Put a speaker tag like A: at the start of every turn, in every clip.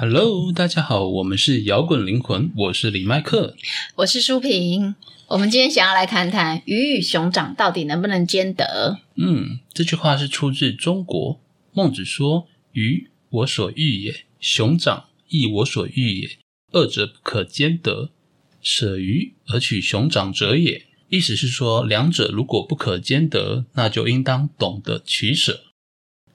A: Hello，大家好，我们是摇滚灵魂，我是李麦克。
B: 我是舒平。我们今天想要来谈谈鱼与熊掌到底能不能兼得？
A: 嗯，这句话是出自中国。孟子说：“鱼，我所欲也；熊掌，亦我所欲也。二者不可兼得，舍鱼而取熊掌者也。”意思是说，两者如果不可兼得，那就应当懂得取舍。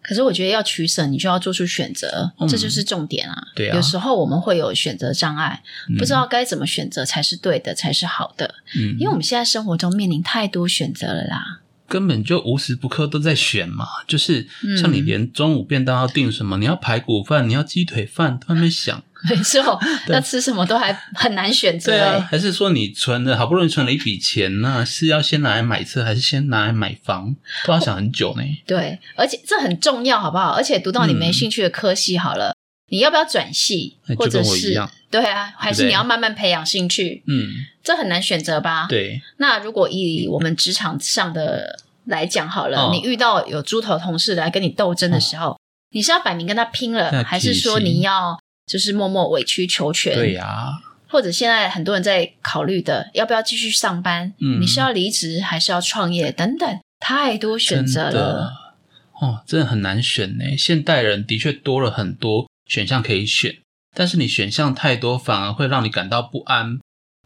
B: 可是我觉得要取舍，你就要做出选择，
A: 嗯
B: 这就是重点啊。
A: 对啊
B: 有时候我们会有选择障碍，
A: 嗯
B: 不知道该怎么选择才是对的，才是好的。
A: 嗯，
B: 因为我们现在生活中面临太多选择了啦。
A: 根本就无时不刻都在选嘛，就是
B: 嗯
A: 像你连中午便当要订什么，你要排骨饭，你要鸡腿饭，都还没想。
B: 没错，
A: 对
B: 要吃什么都还很难选择、
A: 对
B: 欸。
A: 啊，还是说你存了好不容易存了一笔钱呢、是要先拿来买车，还是先拿来买房？都要想很久呢。
B: 对，而且这很重要，好不好？而且读到你没
A: 嗯
B: 兴趣的科系好了，你要不要转系
A: 哎那，就
B: 或者
A: 跟我一
B: 是
A: 样
B: 对啊，还
A: 对
B: 是
A: 不对
B: 你要慢慢培养兴趣，
A: 嗯，
B: 这很难选择吧？。
A: 对，
B: 那如果以我们职场上的来讲好了，
A: 哦
B: 你遇到有猪头同事来跟你斗争的时候，你是要摆明跟他拼
A: 嗯那
B: 了，还是说
A: 体系
B: 你要就是默默委曲求全？
A: 对呀、
B: 或者现在很多人在考虑的，要不要继续上班？
A: 嗯
B: 你是要离职还是要创业？等等，太多选择
A: 真的
B: 了。
A: 哦，真的很难选呢。现代人的确多了很多选项可以选，但是你选项太多，反而会让你感到不安，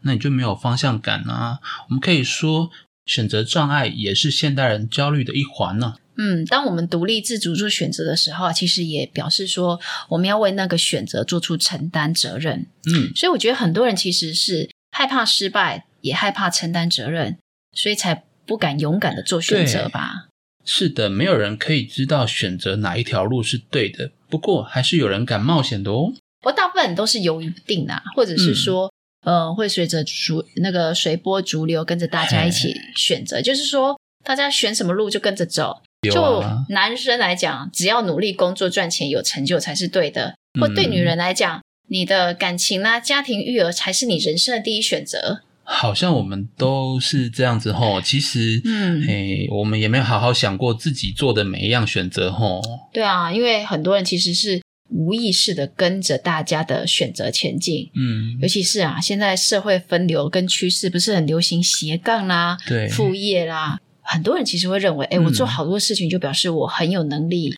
A: 那你就没有方向感啊。我们可以说，选择障碍也是现代人焦虑的一环呢、
B: 嗯，当我们独立自主做选择的时候，其实也表示说我们要为那个选择做出承担责任。
A: 嗯，
B: 所以我觉得很多人其实是害怕失败，也害怕承担责任，所以才不敢勇敢的做选择吧。
A: 是的，没有人可以知道选择哪一条路是对的，不过还是有人敢冒险的哦。
B: 不过大部分人都是犹豫不定啊，或者
A: 嗯
B: 是说，呃，会随着逐那个随波逐流，跟着大家一起选择，就是说大家选什么路就跟着走。
A: 有
B: 就
A: 啊，
B: 男生来讲，只要努力工作赚钱有成就才是对的；或对女
A: 嗯
B: 人来讲，你的感情啦、家庭育儿才是你人生的第一选择。
A: 好像我们都是这样子吼。其实，
B: 嗯
A: 诶、我们也没有好好想过自己做的每一样选择吼。
B: 对啊，因为很多人其实是无意识的跟着大家的选择前进，
A: 嗯
B: 尤，其是啊，现在社会分流跟趋势不是很流行斜杠啊啦、
A: 对，
B: 副业啦，很多人其实会认为，哎，
A: 嗯
B: 我做好多事情就表示我很有能力，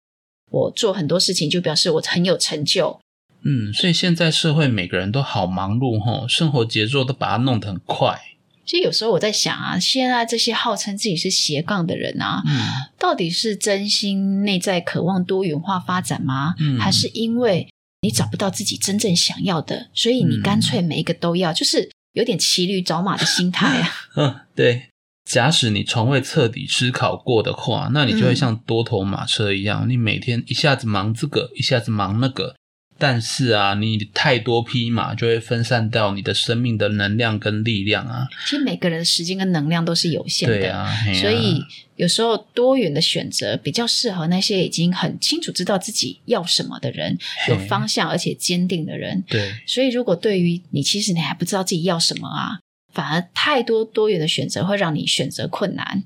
B: 我做很多事情就表示我很有成就。
A: 嗯，所以现在社会每个人都好忙碌吼，生活节奏都把它弄得很快。
B: 其实有时候我在想啊，现在这些号称自己是斜杠的人啊，
A: 嗯，
B: 到底是真心内在渴望多元化发展吗？
A: 嗯
B: 还是因为你找不到自己真正想要的，所以你
A: 嗯
B: 干脆每一个都要，就是有点骑驴找马的心态 啊？
A: 嗯，对。假使你从未彻底思考过的话，那你就会
B: 嗯
A: 像多头马车一样，你每天一下子忙这个，一下子忙那个。但是啊，你太多匹马就会分散到你的生命的能量跟力量啊。
B: 其实每个人的时间跟能量都是有限的，
A: 对啊，嘿啊
B: 所以有时候多元的选择比较适合那些已经很清楚知道自己要什么的人，有
A: 嘿
B: 方向而且坚定的人。
A: 对，
B: 所以，如果对于你其实你还不知道自己要什么啊，反而太多多元的选择会让你选择困难。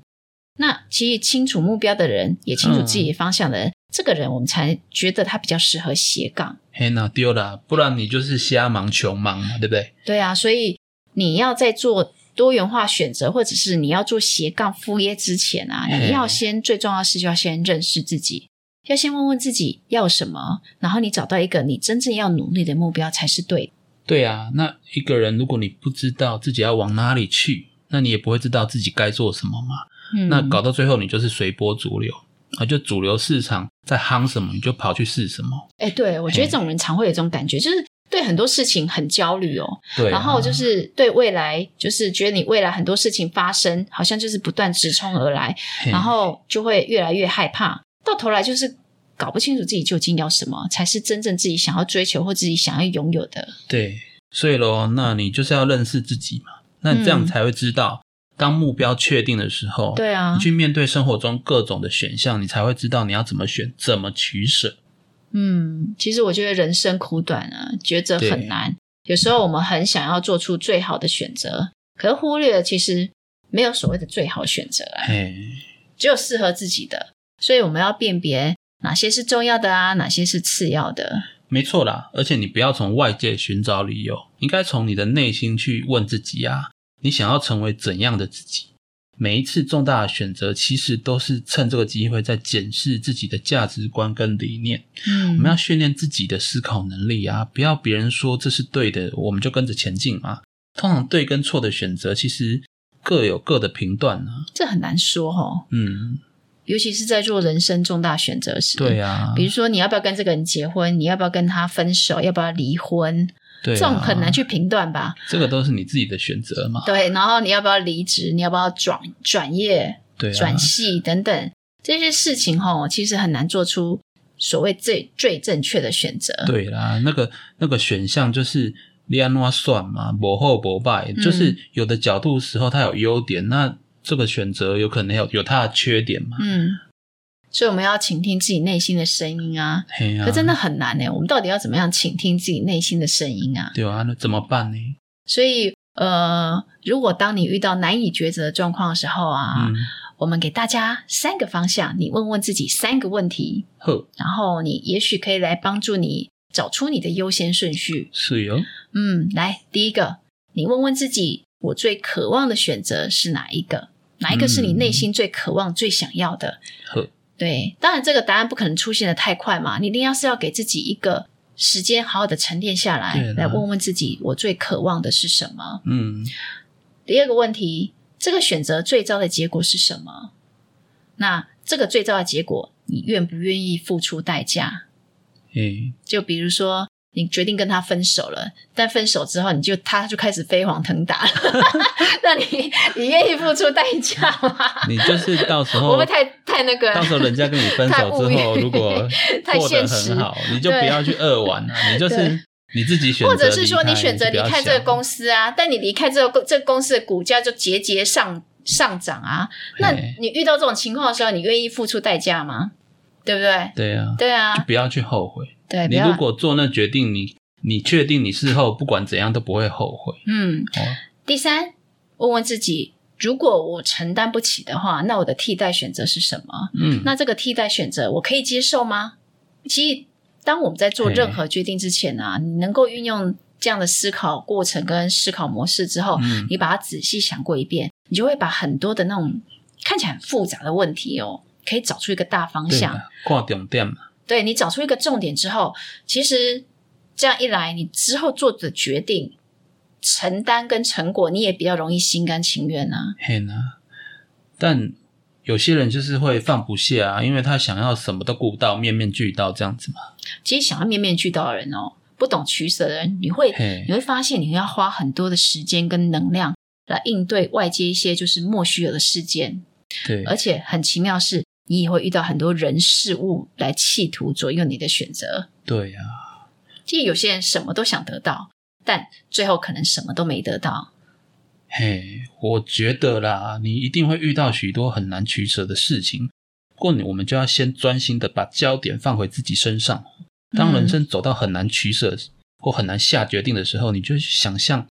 B: 那其实清楚目标的人，也清楚自己方向的人，这个人我们才觉得他比较适合斜杠。
A: 嘿那丢了，不然你就是瞎忙穷忙嘛，对不对？
B: 对啊，所以你要在做多元化选择，或者是你要做斜杠副业之前啊，
A: 嗯
B: 你要先最重要的是，就要先认识自己，要先问问自己要什么，然后你找到一个你真正要努力的目标才是对的。
A: 对啊，那一个人如果你不知道自己要往哪里去，那你也不会知道自己该做什么嘛。
B: 嗯
A: 那搞到最后，你就是随波逐流啊，就主流市场在夯什么，你就跑去试什么。
B: 哎、对我觉得
A: 嘿
B: 这种人常会有一种感觉，就是对很多事情很焦虑哦，
A: 对啊、
B: 然后就是对未来，就是觉得你未来很多事情发生，好像就是不断直冲而来，
A: 嘿
B: 然后就会越来越害怕，到头来就是搞不清楚自己究竟要什么，才是真正自己想要追求或自己想要拥有的。
A: 对，所以咯，那你就是要认识自己嘛，那你这样
B: 嗯
A: 才会知道，当目标确定的时候，
B: 对啊
A: 哦你，去面对生活中各种的选项，你才会知道你要怎么选，怎么取舍。
B: 嗯，其实我觉得人生苦短啊，抉择
A: 对
B: 很难。有时候我们很想要做出最好的选择，可是忽略了其实没有所谓的最好选择啊，
A: 哎，
B: 只有适合自己的。所以我们要辨别哪些是重要的啊，哪些是次要的。
A: 没错啦，而且你不要从外界寻找理由，应该从你的内心去问自己啊，你想要成为怎样的自己？每一次重大的选择，其实都是趁这个机会在检视自己的价值观跟理念。
B: 嗯，
A: 我们要训练自己的思考能力啊，不要别人说这是对的，我们就跟着前进嘛。通常对跟错的选择，其实各有各的评断啊。
B: 这很难说哦，
A: 嗯，
B: 尤其是在做人生重大选择时。
A: 对啊，
B: 比如说，你要不要跟这个人结婚？你要不要跟他分手？要不要离婚？
A: 对、啊，
B: 这种很难去，评断吧？
A: 这个都是你自己的选择嘛。
B: 对，然后你要不要离职？你要不要转转业、
A: 对啊，
B: 转系等等这些事情吼，其实很难做出所谓最最正确的选择。
A: 对啦，那个那个选项就是你安怎算嘛，不好不败，
B: 嗯
A: 就是有的角度时候它有优点，那这个选择有可能有有它的缺点嘛。
B: 嗯，所以我们要倾听自己内心的声音啊，
A: 嘿呀、
B: 可真的很难欸呢、我们到底要怎么样倾听自己内心的声音啊？
A: 对啊，那怎么办呢？
B: 所以，呃，如果当你遇到难以抉择的状况的时候啊，
A: 嗯，
B: 我们给大家三个方向，你问问自己三个问题，
A: 呵，
B: 然后你也许可以来帮助你找出你的优先顺序。
A: 是哦哟、
B: 嗯，来，第一个，你问问自己，我最渴望的选择是哪一个？哪一个是你内心最渴望、最想要的？
A: 嗯呵，
B: 对，当然这个答案不可能出现的太快嘛，你一定要是要给自己一个时间，好好的沉淀下来
A: 对啦，啊
B: 来问问自己，我最渴望的是什么？
A: 嗯，
B: 第二个问题，这个选择最糟的结果是什么？那这个最糟的结果，你愿不愿意付出代价？
A: 嘿，
B: 就比如说，你决定跟他分手了，但分手之后，你就他就开始飞黄腾达 了，那你你愿意付出代价吗？
A: 你就是到时
B: 我会
A: 候
B: 不会太太那个？
A: 到时候人家跟你分手之
B: 太
A: 后，
B: 无语
A: 如果
B: 太
A: 过
B: 现
A: 得
B: 实
A: 很好，你就不
B: 对
A: 要去恶玩了、你就是
B: 对
A: 你自己选
B: 或
A: 择离开，
B: 者是说，你选择
A: 不
B: 离
A: 要
B: 开这个
A: 想
B: 公司啊，但你离开这个公这个公司的股价就节节上上涨啊。那
A: 嘿
B: 你遇到这种情况的时候，你愿意付出代价吗？对不对？
A: 对啊，
B: 对啊
A: 就，不要去后悔。
B: 对，哎不
A: 你
B: 要
A: 如果做那决定，你你确定你事后不管怎样都不会后悔。
B: 嗯
A: 哦，
B: 第三，问问自己，如果我承担不起的话，那我的替代选择是什么？
A: 嗯，
B: 那这个替代选择我可以接受吗？其实，当我们在做
A: 嘿
B: 任何决定之前啊，你能够运用这样的思考过程跟思考模式之后，
A: 嗯
B: 你把它仔细想过一遍，你就会把很多的那种看起来很复杂的问题哦，可以找出一个大方
A: 对
B: 向。
A: 啊，挂重点嘛，
B: 对你找出一个重点之后，其实这样一来，你之后做的决定、承担跟成果，你也比较容易心甘情愿啊。
A: 嘿呐。但有些人就是会放不下啊，因为他想要什么都顾到，面面俱到这样子嘛。
B: 其实想要面面俱到的人哦，不懂取舍的人，你会
A: 嘿
B: 你，会发现，你要花很多的时间跟能量来应对外界一些就是莫须有的事件，
A: 对，
B: 而且很奇妙是，你也会遇到很多人事物来企图左右你的选择。
A: 对啊，
B: 其实有些人什么都想得到，但最后可能什么都没得到。
A: 嘿，我觉得啦，你一定会遇到许多很难取舍的事情。不过你我们就要先专心的把焦点放回自己身上。
B: 嗯
A: 当人生走到很难取舍或很难下决定的时候，你就去想象，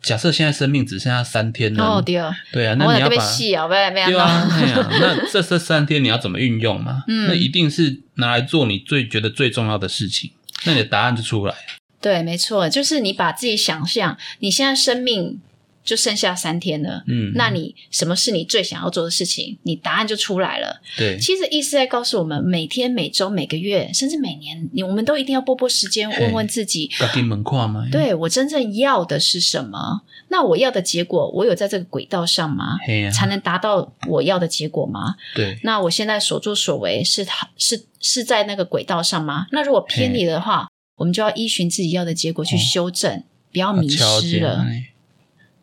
A: 假设现在生命只剩下三天了，
B: 哦对，
A: 对啊，
B: 我
A: 嗯那你
B: 来
A: 要
B: 被
A: 把
B: 戏啊，被被
A: 对啊，哎呀，那这这三天你要怎么运 用嘛？
B: 嗯
A: 那一定是拿来做你最觉得最重要的事情，那你的答案就出来了。
B: 对，没错，就是你把自己想象，你现在生命就剩下三天了。
A: 嗯，
B: 那你什么是你最想要做的事情？你答案就出来了。
A: 嗯对
B: 其实意思在告诉我们，每天、每周、每个月，甚至每年，你我们都一定要拨拨时间，
A: 嘿
B: 问问自己，
A: 要给门框吗？，
B: 对我真正要的是什么？那我要的结果，我有在这个轨道上吗？
A: 嘿呀、
B: 才能达到我要的结果吗？
A: 对
B: 那我现在所作所为是它是是在那个轨道上吗？那如果偏离的话，我们就要依循自己要的结果
A: 哦
B: 去修正，不
A: 啊
B: 要迷
A: 敲
B: 失
A: 键
B: 了。
A: 哎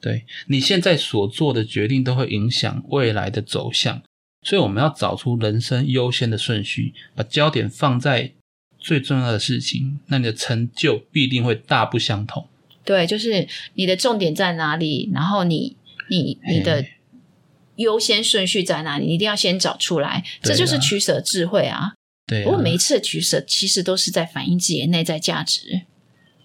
A: 对你现在所做的决定都会影响未来的走向，所以我们要找出人生优先的顺序，把焦点放在最重要的事情，那你的成就必定会大不相同。
B: 对，就是你的重点在哪里，然后你你你的
A: 嘿
B: 优先顺序在哪里，你一定要先找出来，
A: 对
B: 这就是
A: 啊
B: 取舍智慧啊。
A: 对、啊，
B: 不过每一次的取舍其实都是在反映自己的内在价值，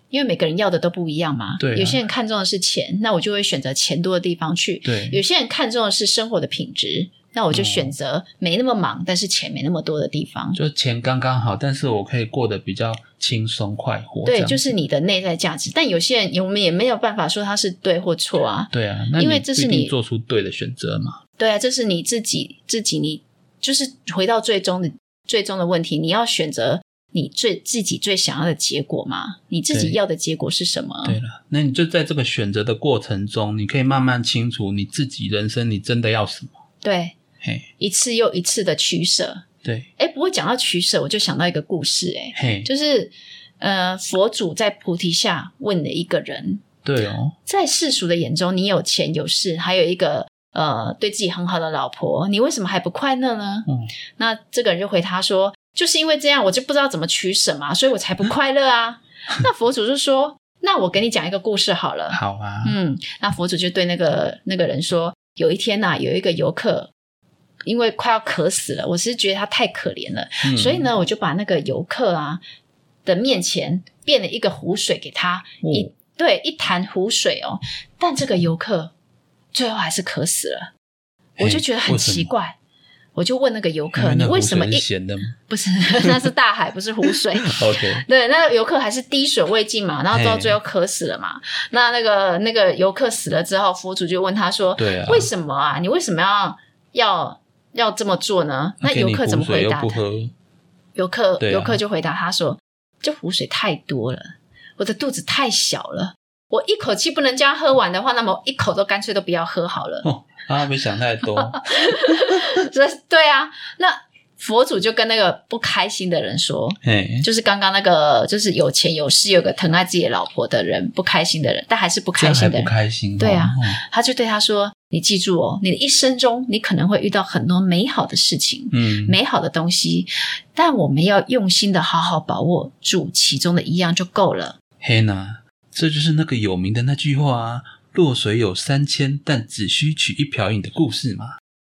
B: 因为每个人要的都不一样嘛。
A: 对啊
B: 有些人看重的是钱，那我就会选择钱多的地方去；
A: 对
B: 有些人看重的是生活的品质，那
A: 哦
B: 我就选择没那么忙，但是钱没那么多的地方。
A: 就钱刚刚好，但是我可以过得比较轻松快活。这
B: 对，
A: 样
B: 就是你的内在价值。但有些人，我们也没有办法说他是对或错啊。
A: 对啊，那
B: 因为
A: 你
B: 这
A: 不一
B: 是
A: 定
B: 你
A: 做出对的选择嘛。
B: 对啊，这是你自己自己你就是回到最终的最终的问题，你要选择你最自己最想要的结果嘛？你自己
A: 对
B: 要的结果是什么？
A: 对了，那你就在这个选择的过程中，你可以慢慢清楚你自己人生你真的要什么。
B: 对
A: 嘿，
B: 一次又一次的取舍。
A: 对，
B: 哎，不过讲到取舍，我就想到一个故事、诶
A: 嘿，
B: 就是呃，佛祖在菩提下问了一个人，
A: 对哦，
B: 在世俗的眼中，你有钱有势，还有一个呃对自己很好的老婆，你为什么还不快乐呢？
A: 嗯
B: 那这个人就回他说，就是因为这样，我就不知道怎么取舍嘛，所以我才不快乐啊。那佛祖就说，那我给你讲一个故事好了。
A: 好啊，
B: 嗯，那佛祖就对那个那个人说，有一天呐、有一个游客。因为快要渴死了，我是觉得他太可怜了，
A: 嗯
B: 所以呢，我就把那个游客啊的面前变了一个湖水给他，
A: 哦
B: 一对一潭湖水哦。但这个游客最后还是渴死了，
A: 哎
B: 我就觉得很奇，怪，我就问那个游
A: 嘿为
B: 客：“
A: 什么
B: 你为什么
A: 因那湖水
B: 一
A: 是咸的吗
B: 不是 那是大海，不是湖水？”
A: ？OK，
B: 对，那游客还是滴水未进嘛，然后到
A: 嘿
B: 最后渴死了嘛。那那个那个游客死了之后，佛祖就问他说：“
A: 对啊，
B: 为什么啊？你为什么要要要这么做呢？” 那
A: 啊给
B: 游
A: 你
B: 客怎么
A: 湖水
B: 回
A: 又
B: 答
A: 不
B: 他？
A: 喝？
B: 游客、
A: 对啊
B: 游客就回答他说：“这湖水太多了，我的肚子太小了，我一口气不能这样喝完的话，那么我一口都干脆都不要喝好 了。
A: 哦，啊，没想太 多。
B: 这对啊，那佛祖就跟那个不开心的人说。
A: 嘿，
B: 就是刚刚那个，就是有钱有势、有个疼爱自己的老婆的人，不开心的人，但还是不
A: 这
B: 开
A: 样还
B: 心的
A: 不
B: 人，
A: 开心哦？
B: 对啊
A: 哦，
B: 他就对他说：“你记住哦，你的一生中，你可能会遇到很多美好的事情，
A: 嗯，
B: 美好的东西，但我们要用心的好好把握住其中的一样就够了。
A: 嘿呐，这就是那个有名的那句话啊。落水有三千，但只需取一瓢饮的故事嘛。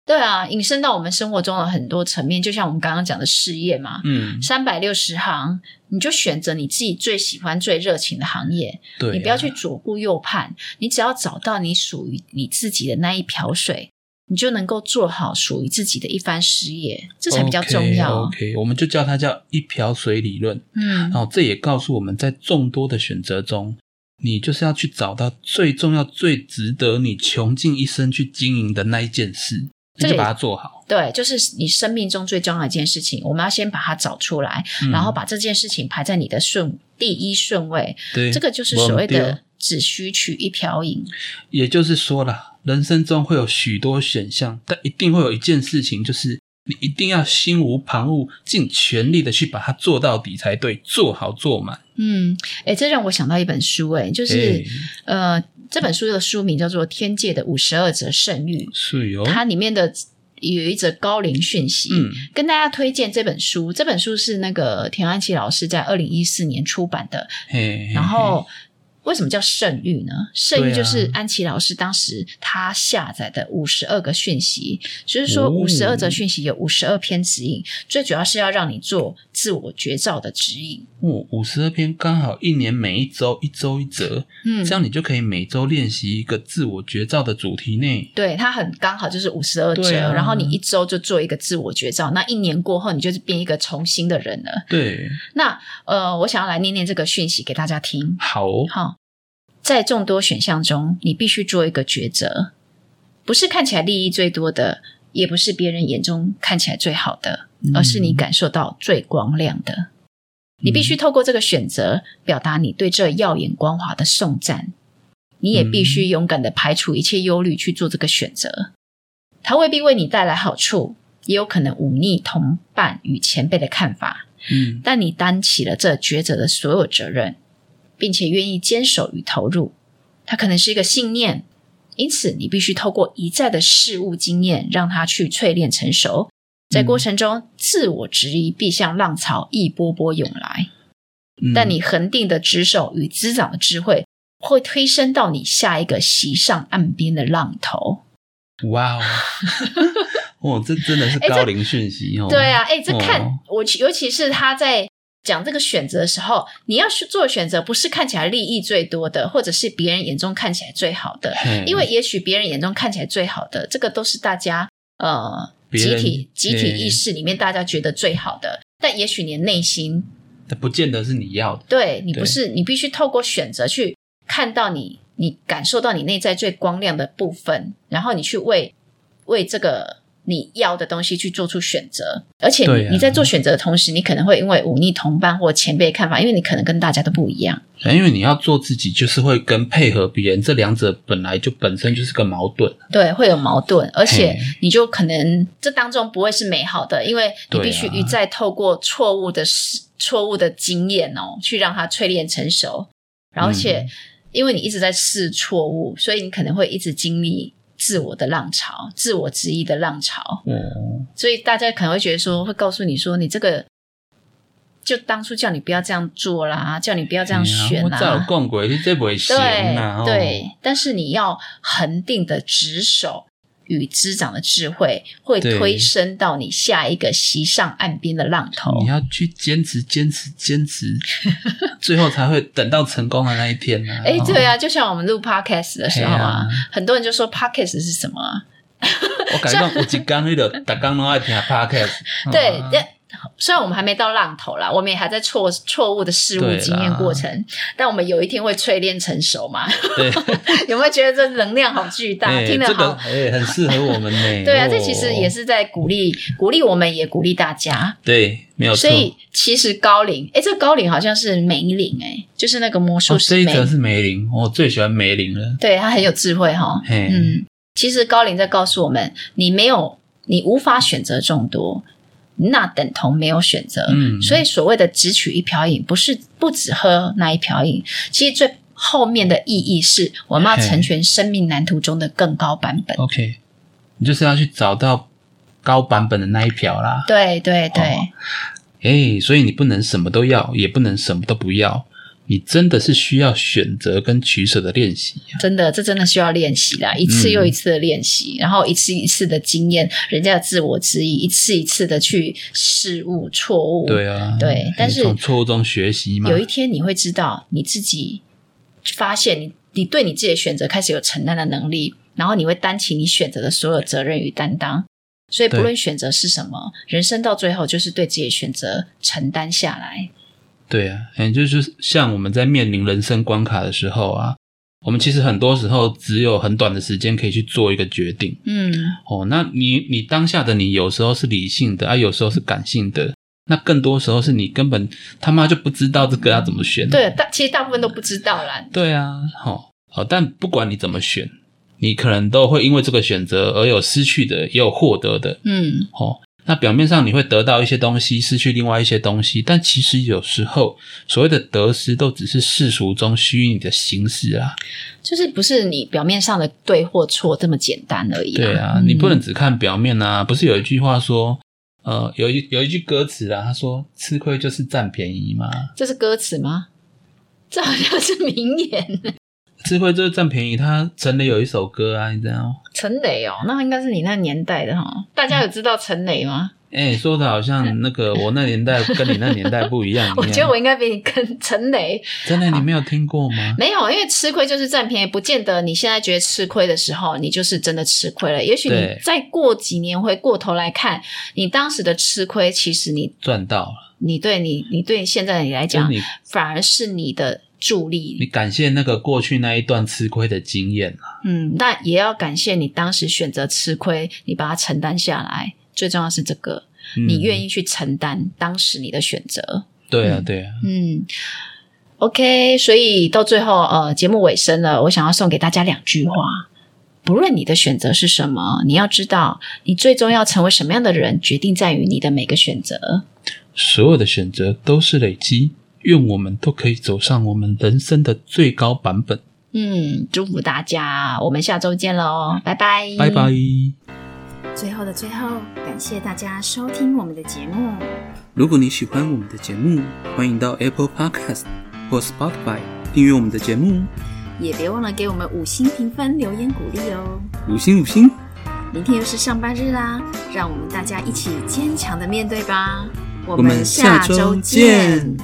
B: 对啊，引申到我们生活中的很多层面，就像我们刚刚讲的事业嘛，
A: 嗯，
B: 三百六十行，你就选择你自己最喜欢、最热情的行业，
A: 对啊，
B: 你不要去左顾右盼，你只要找到你属于你自己的那一瓢水，你就能够做好属于自己的一番事业，这才比较重要。啊
A: OK，, 我们就叫它叫一瓢水理论。
B: 嗯
A: 然，后这也告诉我们在众多的选择中，你就是要去找到最重要、最值得你穷尽一生去经营的那一件事，
B: 这个
A: 那
B: 也
A: 就把它做好。
B: 对，就是你生命中最重要的一件事情，我们要先把它找出来，
A: 嗯
B: 然后把这件事情排在你的顺第一顺位，
A: 嗯对
B: 这个就是所谓
A: 没
B: 的
A: 错
B: 只需取一瓢饮。
A: 也就是说啦，人生中会有许多选项，但一定会有一件事情，就是你一定要心无旁骛，尽全力的去把它做到底才对，做好做满。
B: 嗯，哎，这让我想到一本书，哎，就是、
A: 哎
B: 呃，这本书的书名叫做《天界的五十二则圣谕》，
A: 是哟、
B: 它里面的有一则高龄讯息，
A: 哦嗯，
B: 跟大家推荐这本书。这本书是那个田安琪老师在二零一四年出版的，
A: 嘿，
B: 然后为什么叫圣谕呢？圣
A: 对
B: 谕
A: 啊
B: 就是安琪老师当时他下载的五十二个讯息，就是说
A: 哦
B: 五十二则讯息有五十二篇指引，最主要是要让你做自我觉照的指引。
A: 哦，五十二篇刚好一年每一周一周一折，
B: 嗯
A: 这样你就可以每周练习一个自我觉照的主题呢。
B: 对，它很刚好就是五十二折
A: 对，啊
B: 然后你一周就做一个自我觉照，那一年过后你就是变一个重新的人了。
A: 对，
B: 那呃，我想要来念念这个讯息给大家听。
A: 好哦，
B: 好，在众多选项中，你必须做一个抉择，不是看起来利益最多的，也不是别人眼中看起来最好的，而是你感受到最光亮的。你必须透过这个选择，表达你对这耀眼光华的颂赞。你也必须勇敢的排除一切忧虑去做这个选择。它未必为你带来好处，也有可能忤逆同伴与前辈的看法。
A: 嗯，
B: 但你担起了这抉择的所有责任，并且愿意坚守与投入。它可能是一个信念，因此，你必须透过一再的事物经验，让它去淬炼成熟。在过程中，自我质疑必像浪潮一波波涌来，
A: 嗯
B: 但你恒定的执守与滋长的智慧，会推升到你下一个袭上岸边的浪头。
A: 哇哦，哦，这真的是
B: 哎这
A: 高龄讯息哦。
B: 对啊，哎、这看、
A: 哦
B: 我其，尤其是他在讲这个选择的时候，你要去做选择，不是看起来利益最多的，或者是别人眼中看起来最好的，
A: 嘿，
B: 因为也许别人眼中看起来最好的，这个都是大家呃
A: 别
B: 集
A: 人
B: 体集体
A: 嗯
B: 意识里面大家觉得最好的，但也许你的内心
A: 它不见得是你要的。
B: 对你
A: 对
B: 不是，你必须透过选择去看到你，你感受到你内在最光亮的部分，然后你去为为这个你要的东西去做出选择。而且
A: 对
B: 你,、
A: 啊
B: 你在做选择的同时，你可能会因为忤逆同伴或前辈的看法，因为你可能跟大家都不一样。
A: 因为你要做自己，就是会跟配合别人，这两者本来就本身就是个矛盾。
B: 对，会有矛盾，而且
A: 嘿
B: 你就可能这当中不会是美好的，因为你
A: 对啊
B: 必须一再透过错误的事、错误的经验哦，去让它淬炼成熟。然后，而且、
A: 嗯
B: 因为你一直在试错误，所以你可能会一直经历自我的浪潮、自我质疑的浪潮。
A: 哦，
B: 所以大家可能会觉得说，会告诉你说，你这个就当初叫你不要这样做啦，叫你不要这样选
A: 哎
B: 啊
A: 我
B: 啦、
A: 早有讲过，你这不会行
B: 对、
A: 啊。哦
B: 对，但是你要恒定的执守与滋长的智慧，会
A: 对
B: 推升到你下一个袭上岸边的浪头
A: 你。要去坚持、坚持、坚持，最后才会等到成功的那一天呢、啊。
B: 哎，对
A: 啊，
B: 啊，就像我们录 podcast 的时候啊，
A: 嘿
B: 很多人就说 podcast 是什么啊？
A: 我感觉有一天你就大刚拢爱听 podcast 哦。
B: 对，但虽然我们还没到浪头啦，我们也还在错错误的事物
A: 对啊
B: 经验
A: 啦
B: 过程，但我们有一天会淬炼成熟嘛？
A: 对，
B: 有没有觉得这能量好巨大？
A: 哎
B: 听得
A: 这个
B: 好，
A: 哎，很适合我们呢。
B: 对啊，
A: 哦
B: 这其实也是在鼓励鼓励我们，也鼓励大家。
A: 对，没有错。
B: 所以其实高龄，哎，这个高龄好像是梅林，哎，就是那个魔术
A: 哦，这
B: 师
A: 一
B: 梅，
A: 则是梅林，我最喜欢梅林了。
B: 对他很有智慧哈、
A: 嘿，
B: 嗯，其实高龄在告诉我们，你没有，你无法选择众多，那等同没有选择。
A: 嗯
B: 所以所谓的只取一瓢饮，不是不只喝那一瓢饮，其实最后面的意义是，我们要
A: 嘿
B: 成全生命蓝图中的更高版本。
A: OK，你就是要去找到高版本的那一瓢啦。
B: 对对对，
A: 哦哎，所以你不能什么都要，也不能什么都不要，你真的是需要选择跟取舍的练习。
B: 真的，这真的需要练习
A: 嗯
B: 啦，一次又一次的练习，然后一次一次的经验，人家的自我质疑，一次一次的去试误、错误。，
A: 对啊，
B: 对
A: 哎
B: 但是
A: 从错误中学习嘛。
B: 有一天你会知道你自己发现你，你对你自己的选择开始有承担的能力，然后你会担起你选择的所有责任与担当。所以，不
A: 对
B: 论选择是什么，人生到最后就是对自己的选择承担下来。
A: 对啊，嗯，就是像我们在面临人生关卡的时候啊，我们其实很多时候只有很短的时间可以去做一个决定。
B: 嗯，
A: 哦，那你你当下的你有时候是理性的啊，有时候是感性的，那更多时候是你根本他妈就不知道这个要怎么选。
B: 对，大其实大部分都不知道啦。
A: 对啊，好、哦，好，但不管你怎么选，你可能都会因为这个选择而有失去的，也有获得的。
B: 嗯，
A: 哦，那表面上你会得到一些东西，失去另外一些东西，但其实有时候所谓的得失都只是世俗中虚拟的形式啊。
B: 就是不是你表面上的对或错这么简单而已、
A: 对啊，
B: 嗯
A: 你不能只看表面啊。不是有一句话说，呃，有一有一句歌词啊，他说“吃亏就是占便宜嘛，
B: 这是歌词吗？这好像是名言。
A: 吃亏就是占便宜”。他陈磊有一首歌啊，你知道吗？
B: 陈磊哦，那应该是你那年代的哈、大家有知道陈磊吗？
A: 哎、说的好像那个我那年代跟你那年代不一样一 样。
B: 我觉得我应该比你更陈磊
A: 真的你没有听过吗？
B: 没有，因为吃亏就是占便宜，不见得你现在觉得吃亏的时候，你就是真的吃亏了。也许你
A: 对
B: 再过几年回过头来看，你当时的吃亏，其实你
A: 赚到了，
B: 你对你你对现在你来
A: 就是
B: 讲，
A: 你
B: 反而是你的助力
A: 你。感谢那个过去那一段吃亏的经验啊。
B: 嗯，那也要感谢你当时选择吃亏，你把它承担下来。最重要是这个，你愿
A: 意？
B: 意去承担当时你的选择。
A: 对啊，
B: 嗯
A: 对啊，
B: 嗯，OK，所以到最后，呃，节目尾声了，我想要送给大家两句话：不论你的选择是什么，你要知道，你最终要成为什么样的人，决定在于你的每个选择。
A: 所有的选择都是累积，愿我们都可以走上我们人生的最高版本。
C: 嗯，祝福大家，我们下周见喽，拜拜，
B: 嗯
A: 拜拜。
B: 最后的最后，感谢大家收听我们的节目，
A: 如果你喜欢我们的节目，欢迎到 Apple Podcast 或 Spotify 订阅我们的节目，
B: 也别忘了给我们五星评分、留言鼓励哦。
A: 五星五星。
B: 明天又是上班日啦，让我们大家一起坚强的面对吧。我
A: 我们下周见。